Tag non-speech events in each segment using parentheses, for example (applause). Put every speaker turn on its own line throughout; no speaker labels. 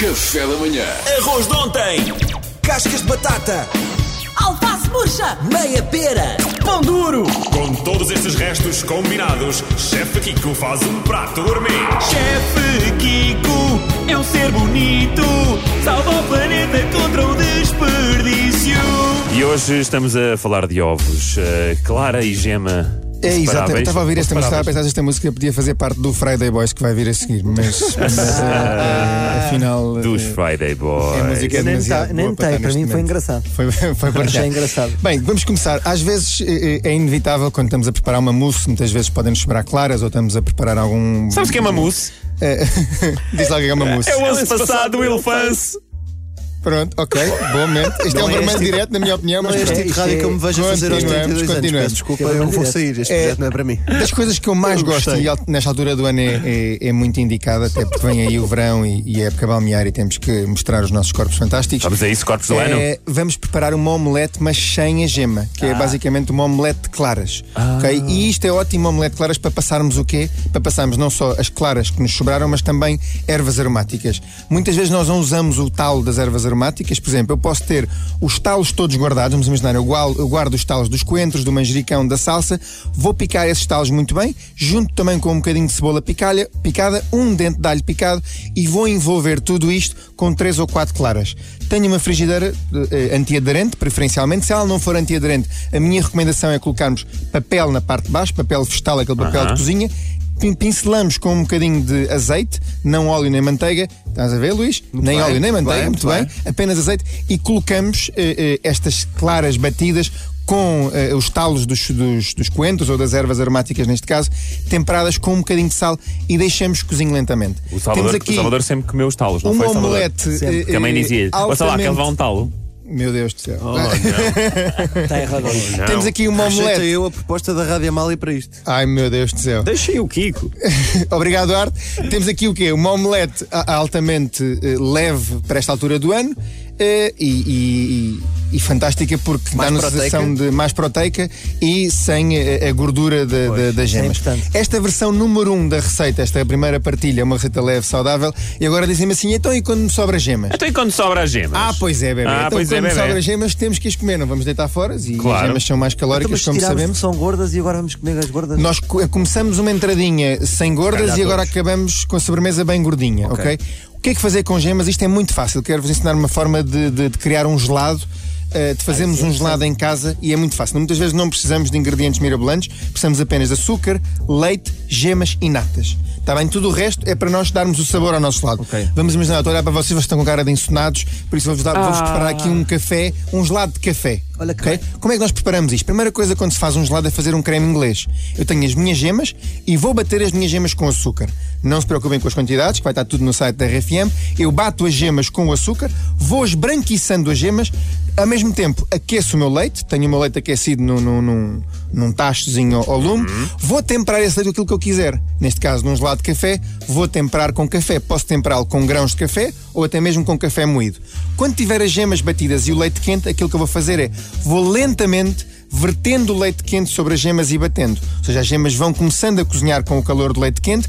Café da manhã.
Arroz de ontem!
Cascas de batata,
Alface murcha!
meia pera,
Com todos estes restos combinados, Chefe Kiko faz um prato gourmet.
Chefe Kiko é um ser bonito, salva o planeta contra o desperdício.
E hoje estamos a falar de ovos. eh, clara e gema.
É, exatamente.
separáveis.
Estava a ouvir esta música, estava a
Separáveis.
pensar que esta música podia fazer parte do Friday Boys que vai vir a seguir,
(laughs)
mas, mas, eh, afinal. eh,
Dos Ah. Friday Boys.
a música é
Nem
demasiado
tá- nem tem,
boa
para
estar
mim
neste
foi
momento.
engraçado.
Foi, foi para
(laughs) Achei
já.
engraçado.
Bem, vamos começar. Às vezes eh, eh, é inevitável quando estamos a preparar uma mousse, muitas vezes podem-nos sobrar claras ou estamos a preparar algum.
Sabes que é uma mousse?
Eh, (laughs) Diz lá o que é uma mousse.
É o ano passado, o elefante.
Pronto, ok, bom momento. Isto é um
Não é
vermelho
este-
direto, na minha opinião, mas
é este
pronto.
tipo de rádio que eu me vejo a fazer aos
Continuamos,
32 anos.
continuamos.
Peço desculpa, eu vou sair. Este
É-
projeto não é para mim.
Das coisas que eu mais
Eu
gosto,
gostei.
e al- nesta altura do ano é, é- é muito indicada, até porque vem aí o verão e, e é época balnear e temos que mostrar os nossos corpos fantásticos.
Vamos a isso, corpos do ano. Ah.
É, vamos preparar uma omelete, mas sem a gema, que é basicamente uma omelete de claras. ok? E isto é ótimo, uma omelete de claras, para passarmos o quê? Para passarmos não só as claras que nos sobraram, mas também ervas aromáticas. Muitas vezes nós não usamos o talo das ervas aromáticas. Por exemplo, eu posso ter os talos todos guardados, vamos imaginar, eu gual- eu guardo os talos dos coentros, do manjericão, da salsa, vou picar esses talos muito bem, junto também com um bocadinho de cebola picalha- picada, um dente de alho picado e vou envolver tudo isto com três ou quatro claras. Tenho uma frigideira eh, antiaderente, preferencialmente. Se ela não for antiaderente, a minha recomendação é colocarmos papel na parte de baixo, papel vegetal, aquele papel de cozinha. pin- Pincelamos com um bocadinho de azeite, não óleo nem manteiga. Estás a ver, Luís? nem
bem,
óleo nem
muito
manteiga,
bem,
muito
muito
bem. Apenas azeite e colocamos eh, eh, estas claras batidas com eh, os talos dos, dos, dos coentros ou das ervas aromáticas, neste caso, temperadas com um bocadinho de sal e deixamos cozinho lentamente.
O Salvador,
Temos aqui
o Salvador sempre comeu os talos, não
uma
foi, Salvador?
Um omelete. eh,
Que a mãe
eh,
dizia-lhe. Ou sei lá, que
altamente-
ele vai um talo.
Meu Deus do céu. Ah,
Está errado.
Oh, Não.
Temos aqui uma
Aceita
omelete.
eu a proposta da Rádio Amália para isto.
Ai, meu Deus do céu. (laughs)
Deixei o Kiko.
Obrigado, Arte. Temos aqui o quê? Uma omelete a- altamente eh, leve para esta altura do ano eh, e, e- e- e fantástica porque
Mais
dá-nos a
proteica.
sensação de mais proteica e sem eh, a, gordura da- da-
é
das gemas.
importante.
esta versão número 1 um da receita, esta primeira partilha, é uma receita leve, saudável. E agora dizem-me assim: então e quando me sobra gemas?
Até Então, quando sobra as gemas?
Ah, pois é, bebê.
Ah,
então,
pois é,
quando
bebê.
sobra gemas, temos que as comer, não vamos deitar fora. E
Claro.
as gemas são mais
Então,
calóricas,
mas
como
tirámos
sabemos.
que são gordas e agora vamos comer as gordas.
Nós co- começamos uma entradinha sem gordas
Calhar
e agora
todos.
acabamos com a sobremesa bem gordinha, ok? O que é que fazer com gemas? Isto é muito fácil. Quero-vos ensinar uma forma de, de- de criar um gelado. eh, de fazermos um gelado em casa e é muito fácil. Muitas vezes não precisamos de ingredientes mirabolantes, precisamos apenas de açúcar, leite, gemas e natas. Está bem? Tudo o resto é para nós darmos o sabor ao nosso lado. Vamos imaginar, estou a olhar para vocês, vocês estão com cara de ensonados, por isso vou-vos dar- vou-vos preparar aqui um café, um gelado de café.
Ah. Olha que
ok?
bem.
Como é que nós preparamos isto? Primeira coisa quando se faz um gelado é fazer um creme inglês. Eu tenho as minhas gemas e vou bater as minhas gemas com açúcar. Não se preocupem com as quantidades, que vai estar tudo no site da RFM. Eu bato as gemas com o açúcar, vou esbranquiçando as gemas, ao mesmo tempo aqueço o meu leite, tenho o meu leite aquecido num, num, num, num tachozinho ao, ao lume, vou temperar esse leite com aquilo que eu quiser. Neste caso, num gelado de café, vou temperar com café. Posso temperá-lo com grãos de café ou até mesmo com café moído. Quando tiver as gemas batidas e o leite quente, aquilo que eu vou fazer é vou lentamente vertendo o leite quente sobre as gemas e batendo. Ou seja, as gemas vão começando a cozinhar com o calor do leite quente.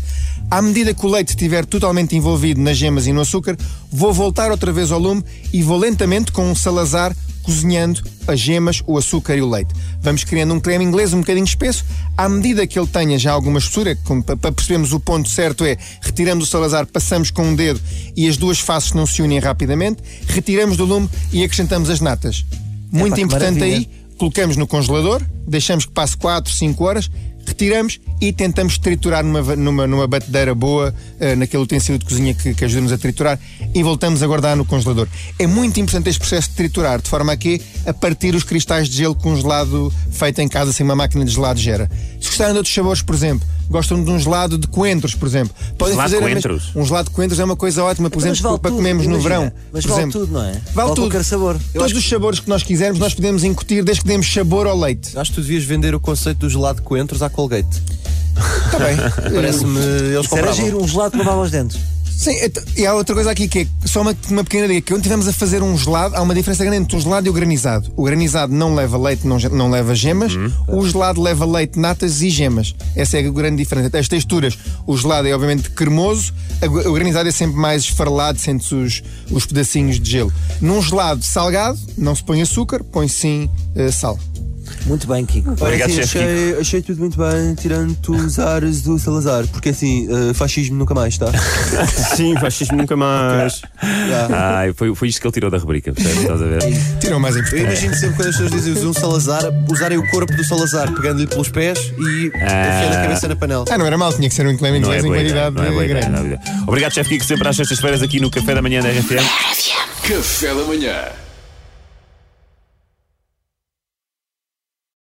À medida que o leite estiver totalmente envolvido nas gemas e no açúcar, vou voltar outra vez ao lume e vou lentamente com um salazar cozinhando as gemas, o açúcar e o leite. Vamos criando um creme inglês um bocadinho espesso. À medida que ele tenha já alguma espessura, como pa- para percebermos o ponto certo é, retiramos o salazar, passamos com um dedo e as duas faces não se unem rapidamente, retiramos do lume e acrescentamos as natas. Muito
que
importante
maravilha.
aí, colocamos no congelador, deixamos que passe 4, 5 horas, retiramos e tentamos triturar numa, va- numa, numa batedeira boa, eh, naquele utensílio de cozinha que, que ajuda-nos a triturar e voltamos a guardar no congelador. É muito importante este processo de triturar, de forma a que a partir os cristais de gelo congelado feito em casa sem uma máquina de gelado gera. Se gostarem de outros sabores, por exemplo, gostam de um gelado de coentros, por exemplo, podem
Gelado de
fazer a mes-
coentros?
um gelado de coentros é uma coisa ótima, por
Então, mas
exemplo,
vale
para
tudo,
comermos no
imagina.
verão.
Mas
por
vale
exemplo.
tudo, não é?
Vale
Vale
tudo.
qualquer sabor. Então, Eu
Todos
acho
os sabores que nós quisermos, nós podemos incutir desde que demos sabor ao leite.
Acho que tu devias vender o conceito do gelado de coentros à Colgate.
Está Tá bem.
(laughs)
Parece-me. Eles
Isso era
compravam.
giro, um gelado que lavava os dentes.
Sim, então, e há outra coisa aqui que é só uma, uma pequena dica: que onde estivemos a fazer um gelado, há uma diferença grande entre um gelado e o granizado. O granizado não leva leite, não, ge- não leva gemas, o gelado leva leite, natas e gemas. Essa é a grande diferença. Até As texturas, o gelado é obviamente cremoso, a gu- o granizado é sempre mais esfarelado, sente-se os, os pedacinhos de gelo. Num gelado salgado, não se põe açúcar, põe sim eh, sal.
Muito bem, Kiko.
Obrigado,
assim,
chefe
achei, achei tudo muito bem, tirando
(laughs)
os ares do Salazar, porque assim, eh, fascismo nunca mais, tá?
Sim, fascismo nunca mais.
Já.
Ai, foi, foi isto que ele tirou da rubrica, percebes? Estás a ver?
(laughs) Tirou o mais importante.
Eu imagino sempre quando as pessoas dizem usam Salazar, usarem o corpo do Salazar, pegando-lhe pelos pés e enfiando a cabeça na panela.
Ah, não era mal, tinha que ser um inclemento de
Não é
vez em
boa ideia,
qualidade
não é boa ideia,
grande.
não é boa ideia. Obrigado, chefe Kiko, sempre às sextas-feiras aqui no Café da Manhã da RFM.
Café da manhã.